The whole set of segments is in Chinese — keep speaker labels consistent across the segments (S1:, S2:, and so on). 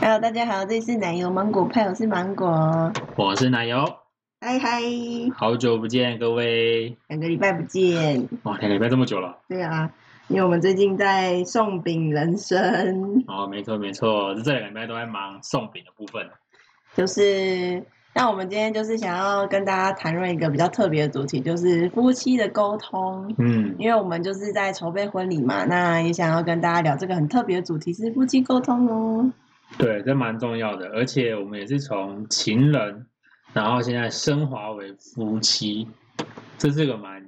S1: Hello，大家好，这里是奶油芒果派，我是芒果。
S2: 我是奶油，
S1: 嗨嗨，
S2: 好久不见各位！
S1: 两个礼拜不见。
S2: 哇，两个礼拜这么久了，
S1: 对啊，因为我们最近在送饼人生，
S2: 哦，没错没错，这两个礼拜都在忙送饼的部分。
S1: 就是那我们今天就是想要跟大家谈论一个比较特别的主题，就是夫妻的沟通。
S2: 嗯，
S1: 因为我们就是在筹备婚礼嘛，那也想要跟大家聊这个很特别的主题是夫妻沟通哦。
S2: 对，这蛮重要的，而且我们也是从情人，然后现在升华为夫妻，这是个蛮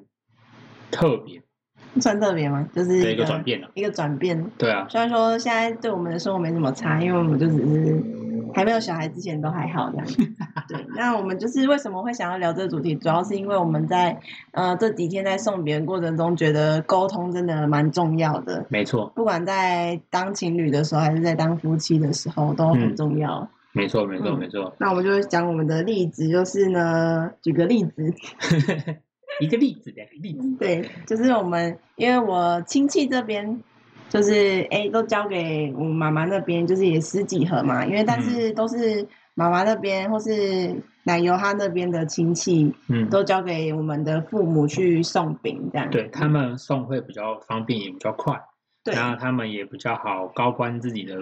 S2: 特别
S1: 算特别吗？就是
S2: 的一个转变了。
S1: 一个转变。
S2: 对啊，
S1: 虽然说现在对我们的生活没什么差，因为我们就只是还没有小孩之前都还好这样。对，那我们就是为什么会想要聊这个主题，主要是因为我们在呃这几天在送别人过程中，觉得沟通真的蛮重要的，
S2: 没错
S1: 不管在当情侣的时候，还是在当夫妻的时候，都很重要。
S2: 没错没错
S1: 嗯
S2: 没错，
S1: 那我们就讲我们的例子，就是呢，举个例子，
S2: 嗯 一个例子两个例子。
S1: 对，就是我们，因为我亲戚这边就是哎、都交给我妈妈那边，就是也十几盒嘛，因为但
S2: 嗯
S1: 是都是妈妈那边或是奶油她那边的亲戚，
S2: 嗯，
S1: 都交给我们的父母去送饼这样。
S2: 对他们送会比较方便，也比较快。
S1: 对
S2: 然后他们也比较好高官自己的，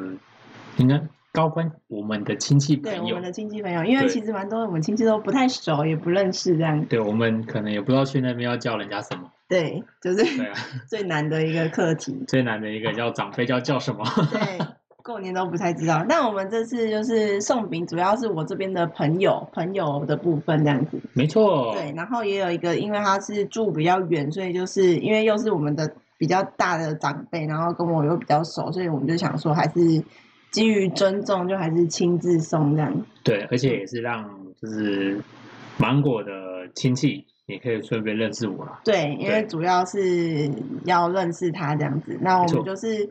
S2: 应该高官我们的亲戚
S1: 对，
S2: 朋
S1: 我
S2: 友
S1: 们，的亲戚朋友，因为
S2: 对
S1: 其实蛮多我们亲戚都不太熟，也不认识这样。
S2: 对我们可能也不知道去那边要叫人家什么，
S1: 对，就是
S2: 对啊，
S1: 最难的一个课题。
S2: 最难的一个叫长辈叫叫什么，
S1: 对，过年都不太知道。但我们这次就是送饼，主要是我这边的朋友朋友的部分这样子。
S2: 没错，
S1: 对，然后也有一个，因为他是住比较远，所以就是因为又是我们的比较大的长辈，然后跟我又比较熟，所以我们就想说还是基于尊重，就还是亲自送这样。
S2: 对，而且也是让就是芒果的亲戚也可以顺便认识我啦，
S1: 对，因为
S2: 对
S1: 主要是要认识他这样子。那我
S2: 没
S1: 们
S2: 错
S1: 就是，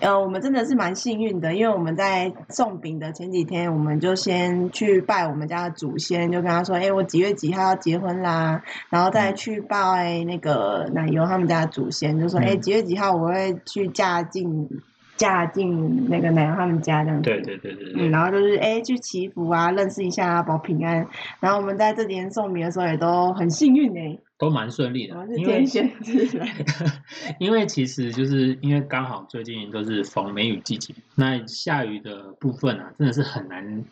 S1: 呃，我们真的是蛮幸运的，因为我们在送饼的前几天，我们就先去拜我们家的祖先，就跟他说，哎、我几月几号要结婚啦，然后再
S2: 嗯
S1: 去拜那个奶油他们家的祖先，就说，哎、
S2: 嗯
S1: 几月几号我会去嫁进嫁进那个奶油他们家这样子。
S2: 对对对对
S1: 嗯，
S2: 对，
S1: 然后就是哎、去祈福啊，认识一下啊，保平安。然后我们在这边送饼的时候也都很幸运哎、
S2: 都蛮顺利
S1: 我
S2: 的
S1: 哦们，是
S2: 因为
S1: 天选之人。
S2: 因为其实就是因为刚好最近都是逢梅雨季节，那下雨的部分啊，真的是很难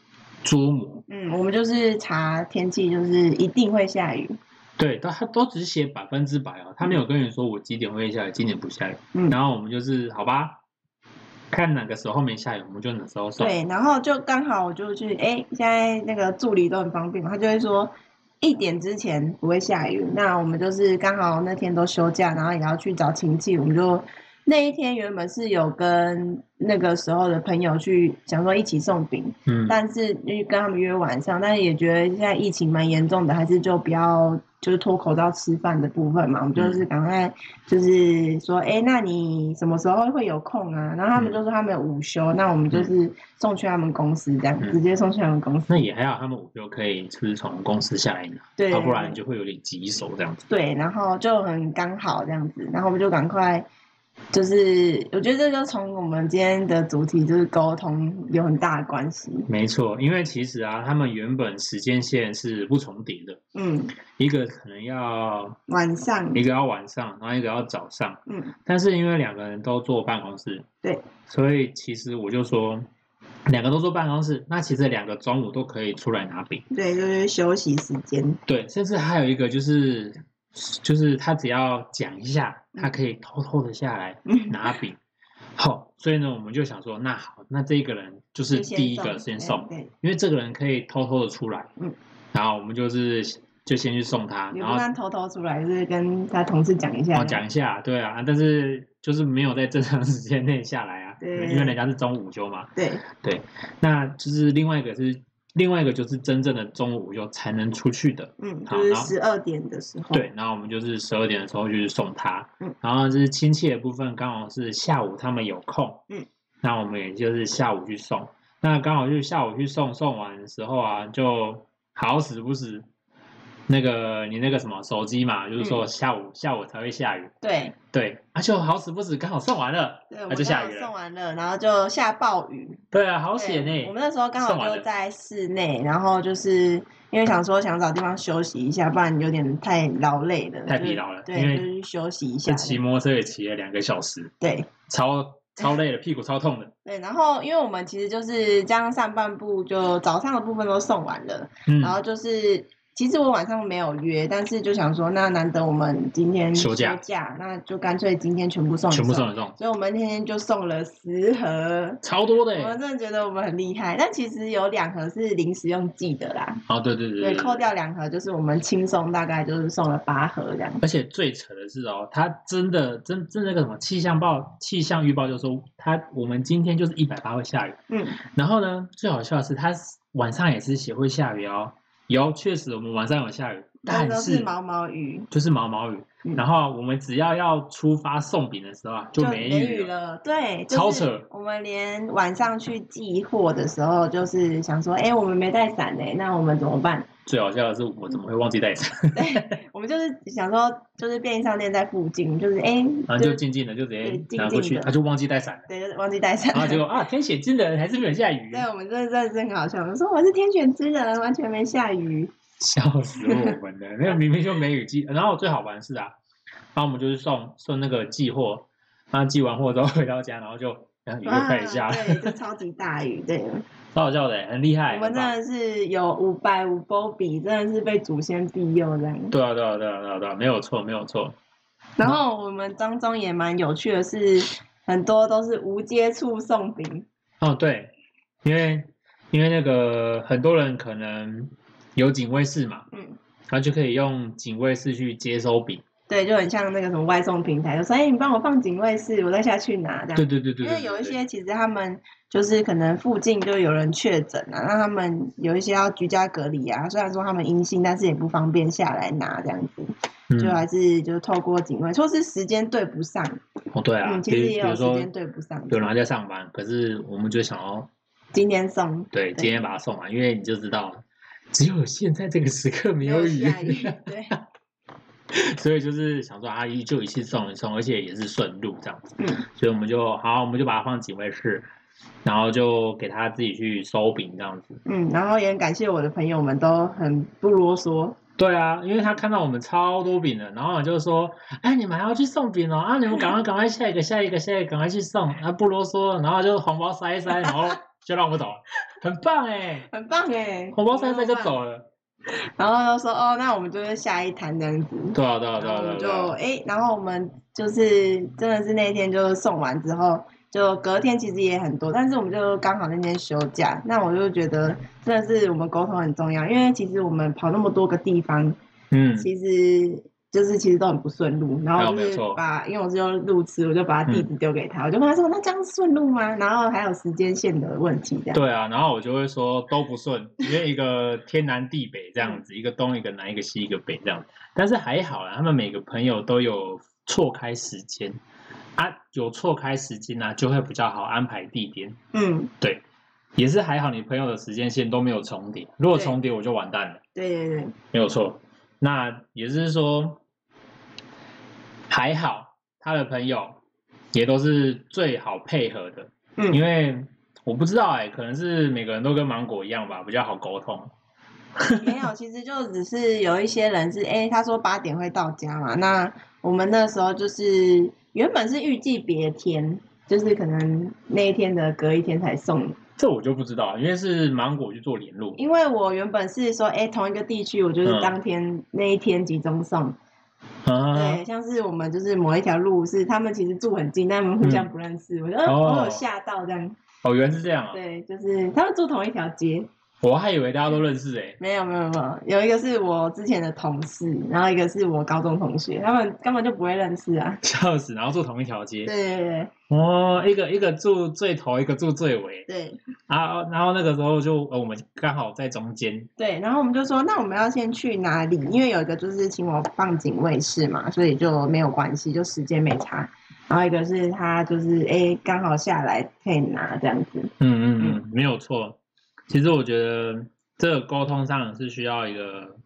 S2: 捉摸。
S1: 嗯，我们就是查天气，就是一定会下雨。
S2: 对，都他都只写百分之百哦，他没有跟你说我几点会下雨，几点不下雨。
S1: 嗯
S2: 然后我们就是好吧，看哪个时候没下雨，我们就哪时候送。
S1: 对，然后就刚好我就去，哎、现在那个助理都很方便嘛，他就会说一点之前不会下雨。那我们就是刚好那天都休假，然后也要去找亲戚，我们就那一天原本是有跟那个时候的朋友去想说一起送饼，
S2: 嗯，
S1: 但是因为跟他们约晚上，但是也觉得现在疫情蛮严重的，还是就不要就是脱口罩吃饭的部分嘛。我们就是赶快就是说，哎、那你什么时候会有空啊？然后他们就说他们有午休，那我们就是送去他们公司这样，
S2: 嗯
S1: 直接送去他们公司。
S2: 那也还好，他们午休可以就是从公司下来拿，
S1: 对，
S2: 要不然就会有点棘手这样子。
S1: 对，然后就很刚好这样子，然后我们就赶快。就是我觉得这就从我们今天的主题就是沟通有很大的关系，
S2: 没错，因为其实啊，他们原本时间线是不重叠的，
S1: 嗯，
S2: 一个可能要
S1: 晚上，
S2: 一个要晚上，然后一个要早上。
S1: 嗯，
S2: 但是因为两个人都坐办公室，
S1: 对，
S2: 所以其实我就说，两个都坐办公室，那其实两个中午都可以出来拿饼。
S1: 对，就是休息时间，
S2: 对，甚至还有一个就是，就是他只要讲一下，他可以偷偷的下来
S1: 嗯
S2: 拿饼。好、所以呢，我们就想说，那好，那这个人就是
S1: 就先
S2: 第一个先送，
S1: 对，
S2: 因为这个人可以偷偷的出来。
S1: 嗯，
S2: 然后我们就是就先去送他，
S1: 也
S2: 然
S1: 不
S2: 后
S1: 算偷偷出来，就是跟他同事讲一下。
S2: 哦，讲一下，对啊，但是就是没有在正常时间内下来啊，因
S1: 对
S2: 为人家是中午休嘛。
S1: 对
S2: 那就是另外一个是另外一个就是真正的中午休才能出去的，
S1: 嗯，
S2: 好
S1: 就是
S2: 然后
S1: 十二点的时候。
S2: 对。然后我们就是十二点的时候就去送他，
S1: 嗯
S2: 然后就是亲戚的部分刚好是下午他们有空，
S1: 嗯，
S2: 那我们也就是下午去送，那刚好就是下午去送，送完的时候啊，就好死不死。那个你那个什么手机嘛，就是
S1: 嗯
S2: 说下午、下午才会下雨，
S1: 对，
S2: 对，啊就好死不死刚好送完了，
S1: 对，我
S2: 那
S1: 们
S2: 就下
S1: 刚好
S2: 雨了
S1: 送完了，然后就下暴雨，
S2: 对啊，好
S1: 好
S2: 险呢、
S1: 我们那时候刚
S2: 送
S1: 好
S2: 完了
S1: 就在室内，然后就是因为想说想找地方休息一下，不然有点太劳累了，
S2: 太
S1: 就是
S2: 疲劳了因为
S1: 对，就是去休息一下
S2: 这，骑摩托车也骑了两个小时，
S1: 对。
S2: 超超累了，屁股超 痛的。
S1: 对，然后因为我们其实就是这样，上半部就早上的部分都送完了，
S2: 嗯
S1: 然，后就是其实我晚上没有约，但是就想说，那难得我们今天
S2: 休假
S1: 那就干脆今天全部送一
S2: 全部送了送，
S1: 所以我们那天就送了十盒。
S2: 超多的、
S1: 我们
S2: 欸。
S1: 真的觉得我们很厉害，但其实有两盒是临时用寄的啦，
S2: 哦，对对
S1: 对，
S2: 对
S1: 扣
S2: 对。
S1: 掉两盒就是我们轻松大概就是送了八盒这样。
S2: 而且最扯的是哦，他真的真真那个什么气象报气象预报就说他我们今天就是一百八会下雨，
S1: 嗯，
S2: 然后呢，最好笑的是，它晚上也是写会下雨哦。有，确实我们晚上有下雨，
S1: 那
S2: 但
S1: 都
S2: 是
S1: 是毛毛雨，
S2: 就是毛毛雨。
S1: 嗯
S2: 然后啊我们只要要出发送饼的时候啊，就没
S1: 没
S2: 雨了。
S1: 了，对，就是
S2: 超扯
S1: 我们连晚上去寄货的时候，就是想说，哎、我们没带伞哎，那我们怎么办？
S2: 最好笑的是，我怎么会忘记带伞？
S1: 对，我们就是想说，就是便利商店在附近，就是哎、
S2: 然后
S1: 就
S2: 啊就静静的就直
S1: 对静
S2: 接
S1: 静
S2: 拿过去，啊
S1: 的
S2: 他就忘记带伞了。
S1: 对，就是忘记带伞
S2: 然。后结果啊，天写惊人，还是没有下 雨
S1: 对，，我们真的真的是很好笑。我说我是天选之人，啊完全没下雨。
S2: 笑死我们了。那明明就没雨季，然后最好玩的是啊，然后我们就是送送那个寄货，然后寄完货之后回到家，然后就啊雨又开始下了，
S1: 对，就超级大雨。对，
S2: 超好笑的，欸很厉害。
S1: 我们
S2: 很棒
S1: 真的是有五百五波比，真的是被祖先庇佑这样。
S2: 对啊，对啊，对啊，对啊，对啊，没有错，没有错。
S1: 然后我们当中也蛮有趣的是，很多都是无接触送饼。
S2: 哦，对，因为因为那个很多人可能有警卫室嘛，
S1: 嗯，
S2: 然后就可以用警卫室去接收饼。
S1: 对，就很像那个什么外送平台，就说哎、你帮我放警卫室，我再下去拿这样。
S2: 对对对对对
S1: 啊因为有一
S2: 对
S1: 些其实他们就是可能附近就有人确诊啊，那他们有一些要居家隔离啊，虽然说他们阴性，但是也不方便下来拿这样子，就
S2: 嗯，
S1: 还是就是透过警卫，说是时间对不上，
S2: 哦对啊，
S1: 嗯，其
S2: 比
S1: 实
S2: 如
S1: 也
S2: 比
S1: 有
S2: 如
S1: 时
S2: 说
S1: 间对不上，
S2: 有人还在上班，可是我们就想要
S1: 今天送，对
S2: 对今天把它送完，因为你就知道只有现在这个时刻没
S1: 没
S2: 有雨，
S1: 下雨，对，
S2: 所以就是想说阿姨就一次送一送，而且也是顺路这样子。
S1: 嗯，
S2: 所以我们就好，我们就把它放警卫室，然后就给他自己去收饼这样子。
S1: 嗯，然后也很感谢我的朋友们都很不啰嗦，
S2: 对啊，因为他看到我们超多饼的，然后就说：“哎，你们还要去送饼哦？啊，你们赶快赶快下一个下一个下一个赶快去送啊！”不啰嗦，然后就红包塞一塞，然后就让我们走了，很棒哎！
S1: 很棒哎，
S2: 红包塞一塞就
S1: 棒，
S2: 走了。
S1: 然后就说哦，那我们就是下一摊这样子，
S2: 对啊对啊对
S1: 然后我
S2: 啊对啊
S1: 们就
S2: 对啊！
S1: 哎、诶然后我们就是真的是那一天就送完之后，就隔天其实也很多，但是我们就刚好那天休假，那我就觉得真的是我们沟通很重要，因为其实我们跑那么多个地方，
S2: 嗯，
S1: 其实。就是其实都很不顺路，然后
S2: 没有
S1: 我
S2: 没
S1: 就
S2: 有
S1: 是
S2: 错嗯
S1: 把，因为我是用路痴，我就把地址丢给他，我就跟他说，那这样顺路吗？然后还有时间线的问题，这样。
S2: 对啊，然后我就会说都不顺，因为一个天南地北这样子，一个东一个南，一个西一个北这样子。但是还好啦，他们每个朋友都有错开时间啊，有错开时间啊，就会比较好安排地点。
S1: 嗯，
S2: 对，也是还好你朋友的时间线都没有重叠，如果
S1: 对
S2: 重叠我就完蛋了，
S1: 对对对，
S2: 没有错。那也是说还好他的朋友也都是最好配合的，
S1: 嗯，
S2: 因为我不知道哎、可能是每个人都跟芒果一样吧，比较好沟通。
S1: 没有，其实就只是有一些人是，哎、他说八点会到家嘛，那我们那时候就是原本是预计别天，就是可能那一天的隔一天才送，
S2: 这我就不知道，因为是芒果去做联络，
S1: 因为我原本是说，哎、同一个地区，我就
S2: 嗯
S1: 是当天、那一天集中送，
S2: 啊
S1: 嗯对，，像是我们就是某一条路是他们其实住很近，但他们互相不认识，我就、呃
S2: 嗯哦
S1: 我有吓到这样，
S2: 哦，原来是这样啊，
S1: 对，就是他们住同一条街，
S2: 我还以为大家都认识哎、
S1: 没有没有没有，有一个是我之前的同事，然后一个是我高中同学，他们根本就不会认识啊。
S2: 笑死，然后住同一条街，
S1: 对对
S2: 哦，一个一个住最头，一个住最尾
S1: 对对
S2: 啊，然后那个时候就、呃我们刚好在中间，
S1: 对，然后我们就说，那我们要先去哪里？因为有一个就是请我放警卫室嘛，所以就没有关系，就时间没差。然后一个是他就是哎刚好下来可以拿这样子，
S2: 嗯嗯嗯，没有错。其实我觉得这个沟通上是需要一个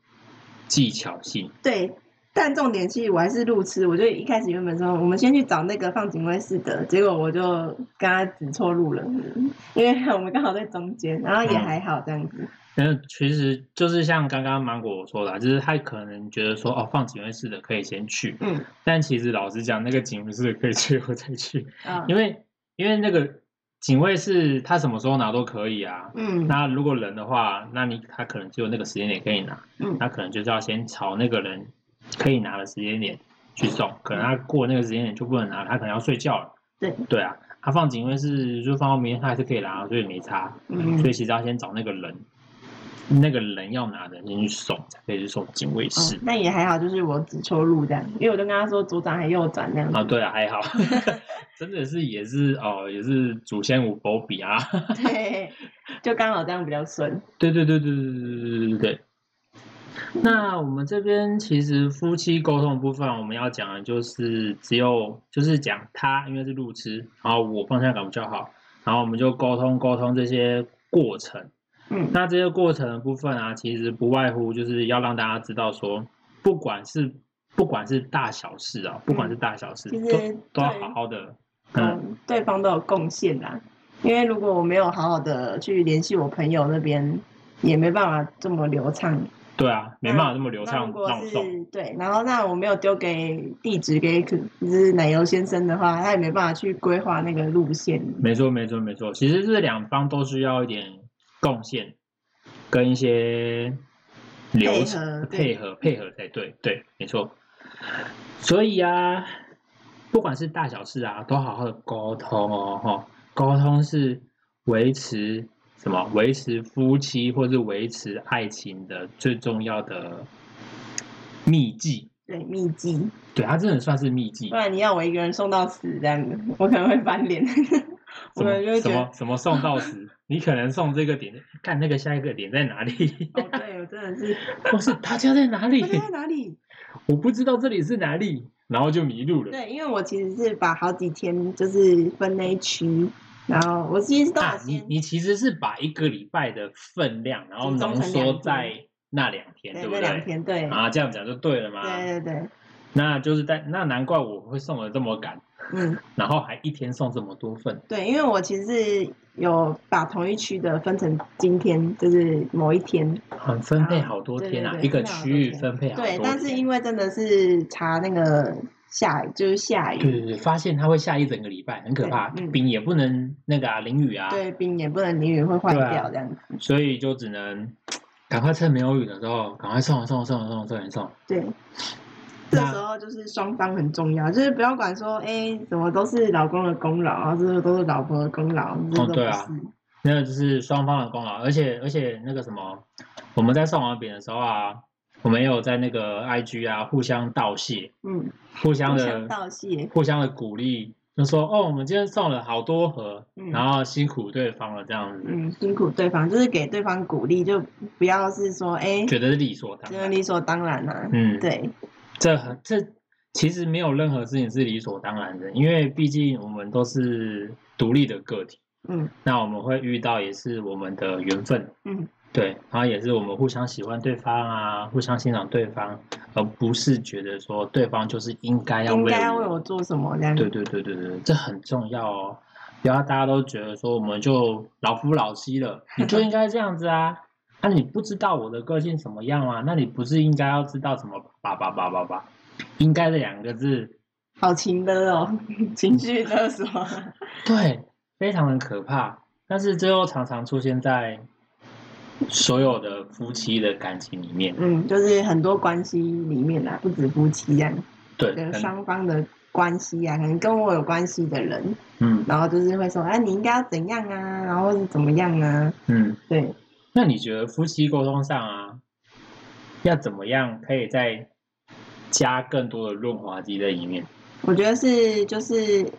S2: 技巧性。
S1: 对，但重点其实我还是路痴，我就一开始原本说我们先去找那个放警卫室的，结果我就跟他指错路了，嗯因为我们刚好在中间，然后也还好这样子。
S2: 但其实就是像刚刚芒果说的啊，就是他可能觉得说哦，放警卫室的可以先去，
S1: 嗯
S2: 但其实老实讲，那个警卫室可以去后再去，
S1: 啊
S2: 因为因为那个警卫室他什么时候拿都可以啊。
S1: 嗯
S2: 那如果人的话，那你他可能只有那个时间点可以拿，
S1: 嗯
S2: 他可能就是要先朝那个人可以拿的时间点去送，可能他过那个时间点就不能拿，他可能要睡觉了。
S1: 嗯对
S2: 对啊，他放警卫室就放到明天他还是可以拿，所以没差。所以
S1: 嗯，
S2: 其实要先找那个人，那个人要拿的人先去送，才可以去送警卫室。
S1: 哦那也还好，就是我指错路这样，因为我就跟他说左转还右转那样
S2: 啊，
S1: 子。
S2: 对啊，还好， 真的是也是哦，也是祖先无佛比啊。
S1: 对，就刚好这样比较顺。
S2: 对对对对对对对对对。那我们这边其实夫妻沟通的部分，我们要讲的就是只有就是讲他因为是路痴，然后我方向感比较好，然后我们就沟通沟通这些过程。
S1: 嗯
S2: 那这些过程的部分啊，其实不外乎就是要让大家知道说，不管是不管是大小事啊，不管是大小事，
S1: 嗯其
S2: 都
S1: 实
S2: 都要
S1: 对
S2: 好好的，嗯，
S1: 嗯，对方都有贡献啦。因为如果我没有好好的去联系我朋友那边，也没办法这么流畅。
S2: 对啊，没办法那么流
S1: 那
S2: 畅
S1: 如果
S2: 让我送，
S1: 是对，然后那我没有丢给地址给可就是奶油先生的话，他也没办法去规划那个路线。
S2: 没错，没错，没错。其实这两方都需要一点贡献跟一些流程
S1: 配
S2: 配合配合才对，对，没错。所以啊，不管是大小事啊，都好好的沟通哦，哈，沟通是维持什么？维持夫妻或是维持爱情的最重要的秘技。
S1: 对，秘籍，
S2: 对，它真的算是秘技
S1: 不。然你要我一个人送到死这样子，我可能会翻 脸。我可
S2: 什
S1: 能就
S2: 么
S1: 会
S2: 什
S1: 觉
S2: 么
S1: 得，
S2: 什么送到死，你可能送这个点，看那个下一个点在哪里，
S1: 哦，对我真的 是，
S2: 或是他家在哪里
S1: 他，在哪里？
S2: 我不知道这里是哪里，然后就迷路了。啊
S1: 对，因为我其实是把好几天就是分那一区，然后我其实都有
S2: 啊，你
S1: 先，
S2: 你其实是把一个礼拜的分量，然后
S1: 集中
S2: 浓
S1: 成两
S2: 缩
S1: 天
S2: 在那两天，
S1: 对
S2: 对不
S1: 那两
S2: 对？
S1: 天，对，
S2: 啊，这样讲就对了嘛。
S1: 对对对，
S2: 那就是在那难怪我会送的这么赶，
S1: 嗯，
S2: 然后还一天送这么多份。
S1: 对，因为我其实是有把同一区的分成今天就是某一天，
S2: 很分配
S1: 啊
S2: 好多
S1: 对
S2: 天
S1: 对
S2: 啊，
S1: 对
S2: 一个
S1: 分配好
S2: 区
S1: 多
S2: 域
S1: 天
S2: 分配好多
S1: 对
S2: 天。，
S1: 但是因为真的是查那个下就是下雨，
S2: 对对对，发现它会下一整个礼拜，很可怕。
S1: 对嗯
S2: 饼也不能那个啊，淋雨啊，
S1: 对，冰也不能淋雨会坏
S2: 对啊
S1: 掉这样子，
S2: 所以就只能赶快趁没有雨的时候，赶快送送送送送送送。
S1: 对。这
S2: 那
S1: 时候就是双方很重要，就是不要管说，哎，怎么都是老公的功劳，然后这都是老婆的功劳，这都
S2: 哦
S1: 不
S2: 对啊
S1: 是
S2: 那个就是双方的功劳，而且而且那个什么，我们在送完饼的时候啊，我们也有在那个 IG 啊互相道谢，
S1: 嗯，
S2: 互相
S1: 互
S2: 的
S1: 相道谢
S2: 互相的鼓励，就说哦，我们今天送了好多盒，
S1: 嗯
S2: 然后辛苦对方了这样子，
S1: 嗯，辛苦对方，就是给对方鼓励，就不要是说，哎、
S2: 觉得是理所当
S1: 觉得
S2: 然。
S1: 理所当然啦、啊。
S2: 啊嗯，
S1: 对，
S2: 这很这其实没有任何事情是理所当然的，因为毕竟我们都是独立的个体，
S1: 嗯
S2: 那我们会遇到也是我们的缘分，
S1: 嗯，
S2: 对，然后也是我们互相喜欢对方啊，互相欣赏对方，而不是觉得说对方就是应该要
S1: 应
S2: 为
S1: 该要
S2: 我
S1: 为我做什么这样？
S2: 哎对对对对对，这很重要哦，不要大家都觉得说我们就老夫老 妻了，你就应该这样子啊。那、你不知道我的个性怎么样啊？那你不是应该要知道什么吧吧吧吧吧？应该这两个字，
S1: 好情的哦， 情绪勒索。
S2: 对，非常的可怕。但是这又常常出现在所有的夫妻的感情里面，
S1: 嗯，就是很多关系里面啊啦，不止夫妻这样，
S2: 对，
S1: 就是
S2: 很
S1: 双方的关系啊，可能跟我有关系的人，
S2: 嗯
S1: 然后就是会说，哎、你应该要怎样啊，然后是怎么样啊？
S2: 嗯。
S1: 对，
S2: 那你觉得夫妻沟通上啊，要怎么样可以再加更多的润滑剂在里面？
S1: 我觉得是就是，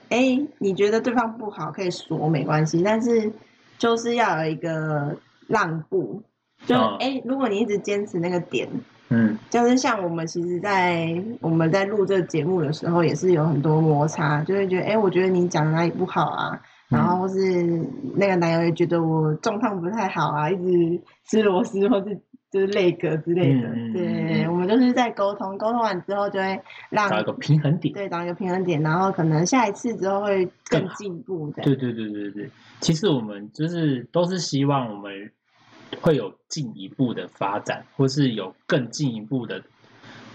S1: 哎、你觉得对方不好可以说没关系，但是就是要有一个让步。就哎
S2: 嗯、
S1: 诶如果你一直坚持那个点，
S2: 嗯，
S1: 就是像我们其实在，我们在录这个节目的时候，也是有很多摩擦，就会觉得，哎、我觉得你讲哪里不好啊，
S2: 嗯
S1: 然后或是那个男友也觉得我状况不太好啊，一直吃螺丝或是就是类隔之类的。
S2: 嗯嗯嗯
S1: 对对
S2: 嗯
S1: 对，我们就是在沟通，沟通完之后就会让
S2: 找一个平衡点。
S1: 对找一个平衡点，然后可能下一次之后会更
S2: 更好
S1: 进步的。
S2: 对对对对对，其实我们就是都是希望我们会有进一步的发展，或是有更进一步的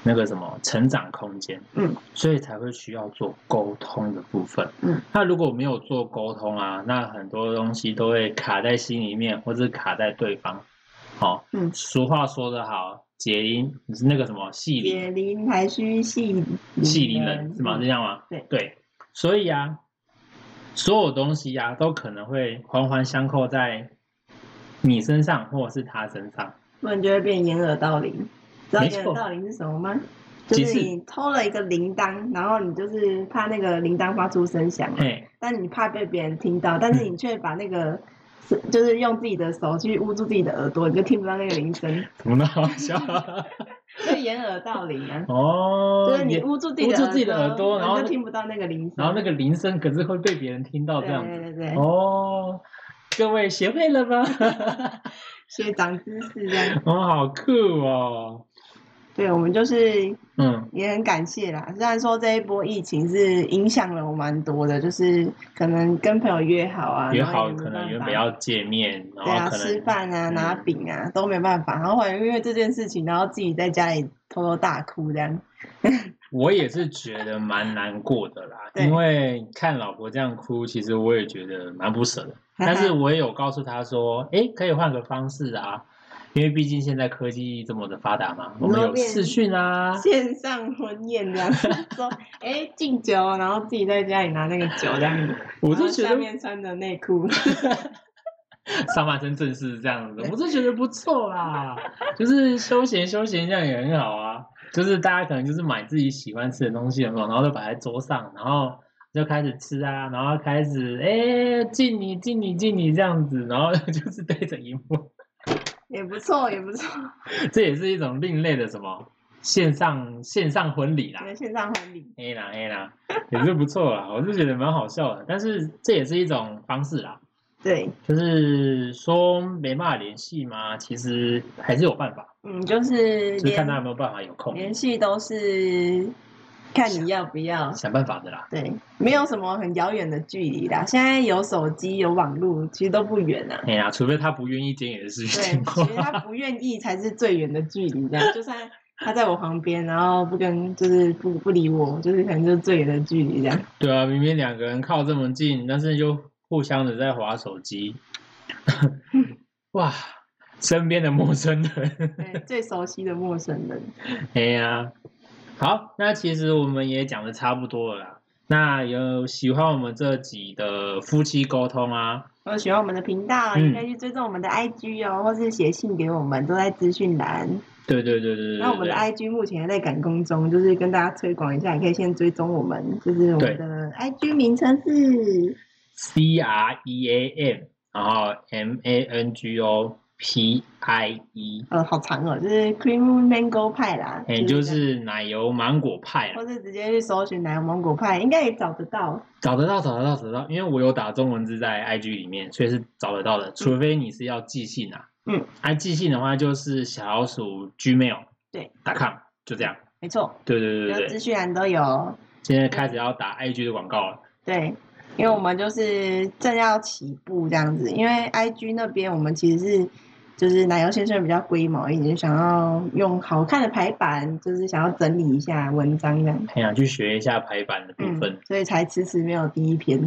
S2: 那个什么成长空间。
S1: 嗯，
S2: 所以才会需要做沟通的部分。
S1: 嗯，
S2: 那如果没有做沟通啊，那很多东西都会卡在心里面，或是卡在对方。哦，
S1: 嗯
S2: 俗话说得好，结因那个什么戏里
S1: 解铃还须系
S2: 戏里人是吗？
S1: 嗯
S2: 是这样吗？
S1: 对
S2: 对，所以啊，所有东西啊，都可能会环环相扣在你身上或者是他身上。
S1: 不然就会变掩耳盗铃。知道
S2: 没
S1: 掩耳
S2: 错
S1: 盗铃是什么吗？就
S2: 其
S1: 是
S2: 实
S1: 你偷了一个铃铛，然后你就是怕那个铃铛发出声响嘛，
S2: 哎，
S1: 但你怕被别人听到，但是你却把那个是就是用自己的手去捂住自己的耳朵，你就听不到那个铃声，
S2: 怎么那么好笑？啊
S1: 就掩耳盗铃啊。
S2: 哦，
S1: 就是你捂住自己的
S2: 捂住自己的耳朵然后
S1: 你就听不到那个铃声，
S2: 然后那个铃声可是会被别人听到这样
S1: 对
S2: 子。
S1: 对对，
S2: 哦，各位学会了吗？
S1: 学长知识这样。
S2: 我、好酷哦。
S1: 对，我们就是
S2: 嗯，
S1: 也很感谢啦。虽然说这一波疫情是影响了我蛮多的，就是可能跟朋友约好啊，
S2: 约
S1: 然后
S2: 好
S1: 也没
S2: 可能
S1: 办
S2: 原
S1: 法
S2: 本要见面，
S1: 对
S2: 然后
S1: 啊，
S2: 可
S1: 吃
S2: 能
S1: 饭啊、拿
S2: 嗯
S1: 饼啊都没办法，然后后来因为这件事情，然后自己在家里偷偷大哭这样。
S2: 我也是觉得蛮难过的啦，
S1: 对
S2: 因为看老婆这样哭，其实我也觉得蛮不 舍的。但是我也有告诉她说，诶，可以换个方式啊，因为毕竟现在科技这么的发达嘛，我们有视讯啊，
S1: 线上婚宴这样说，哎、敬酒，然后自己在家里拿那个酒这样子，
S2: 我
S1: 然
S2: 就
S1: 后
S2: 觉
S1: 下
S2: 得
S1: 面穿的内裤，
S2: 上半身正式这样子，
S1: 对
S2: 我是觉得不错啦，就是休闲休闲这样也很好啊。就是大家可能就是买自己喜欢吃的东西有没有，然后就摆在桌上，然后就开始吃啊，然后开始哎敬你敬你敬你这样子，然后 就是对着荧幕，
S1: 也不错，也不错。
S2: 这也是一种另类的什么线上线上婚礼啦
S1: 你。们线上婚礼，
S2: 黑啦黑啦，也是不错啦，我是觉得蛮好笑的，但是这也是一种方式啦。
S1: 对，
S2: 就是说没办法联系嘛，其实还是有办法，
S1: 嗯，就是
S2: 就是看他有
S1: 联
S2: 没有办法有空，
S1: 联系都是看你要不要，
S2: 想办法的啦。
S1: 对，没有什么很遥远的距离啦。现在有手机有网络，其实都不远啊。
S2: 哎呀，除非他不愿意接你的事
S1: 对，
S2: 情。
S1: 其实他不愿意才是最远的距离，这样就算他在我旁边，然后不跟就是不不理我，就是可能就是最远的距离这样。
S2: 对啊，明明两个人靠这么近，但是又互相的在划手机， 哇，身边的陌生人。
S1: 对，最熟悉的陌生人，
S2: 哎呀，好，那其实我们也讲的差不多了啦。那有喜欢我们这集的夫妻沟通啊，
S1: 如果喜欢我们的频道，也
S2: 嗯
S1: 可以去追踪我们的 IG 哦，或是写信给我们，都在资讯栏。
S2: 对对对对对对。
S1: 那我们的
S2: 对
S1: IG 目前还在赶工中，就是跟大家推广一下，也可以先追踪我们，就是我
S2: 对
S1: 们的 IG 名称是
S2: C R E A M，然后 M A N G O P I E，
S1: 呃，好长哦，就是 Cream Mango 派啦，
S2: 也哎
S1: 这
S2: 就
S1: 样，
S2: 是奶油芒果派啊啦
S1: 或是直接去搜寻奶油芒果派，应该也找得到。
S2: 找得到，找得到，找得到，因为我有打中文字在 IG 里面，所以是找得到的。除非你是要寄信啊，
S1: 嗯，
S2: 啊，寄信的话就是小老鼠 Gmail
S1: 对
S2: .com 就这样。
S1: 没错，
S2: 对对对
S1: 有
S2: 对
S1: 资
S2: 对，
S1: 讯栏都有。
S2: 现在开始要打 IG 的广告了。
S1: 对，因为我们就是正要起步这样子，因为 IG 那边我们其实是就是奶油先生比较龟毛一点，想要用好看的排版，就是想要整理一下文章这样。
S2: 很哎想去学一下排版的部分，
S1: 嗯，所以才迟迟没有第一篇。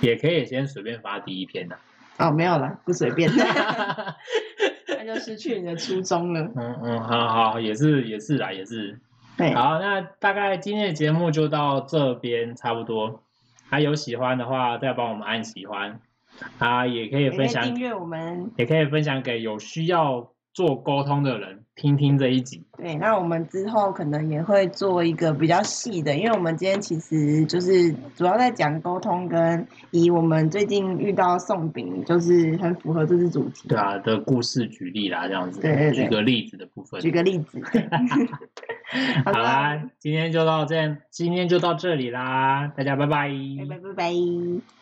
S2: 也可以先随便发第一篇的、啊
S1: 哦，没有啦，不随便，那就失去你的初衷了。
S2: 嗯嗯，好好，也是也是啦，也是。
S1: 对，
S2: 好，那大概今天的节目就到这边差不多。啊，有喜欢的话，再帮我们按喜欢。啊，也可以
S1: 也可
S2: 分
S1: 以
S2: 享
S1: 订，阅我们。
S2: 也可以分享给有需要做沟通的人听听这一集。
S1: 对，那我们之后可能也会做一个比较细的，因为我们今天其实就是主要在讲沟通，跟以我们最近遇到送饼，就是很符合这次主题。
S2: 对啊的故事举例啦，这样子，
S1: 对对对
S2: 举个例子的部分。
S1: 举个例子， 对好
S2: 好
S1: 啦，
S2: 啦，今天就到这，今天就到这里啦，大家拜拜
S1: 拜拜拜拜。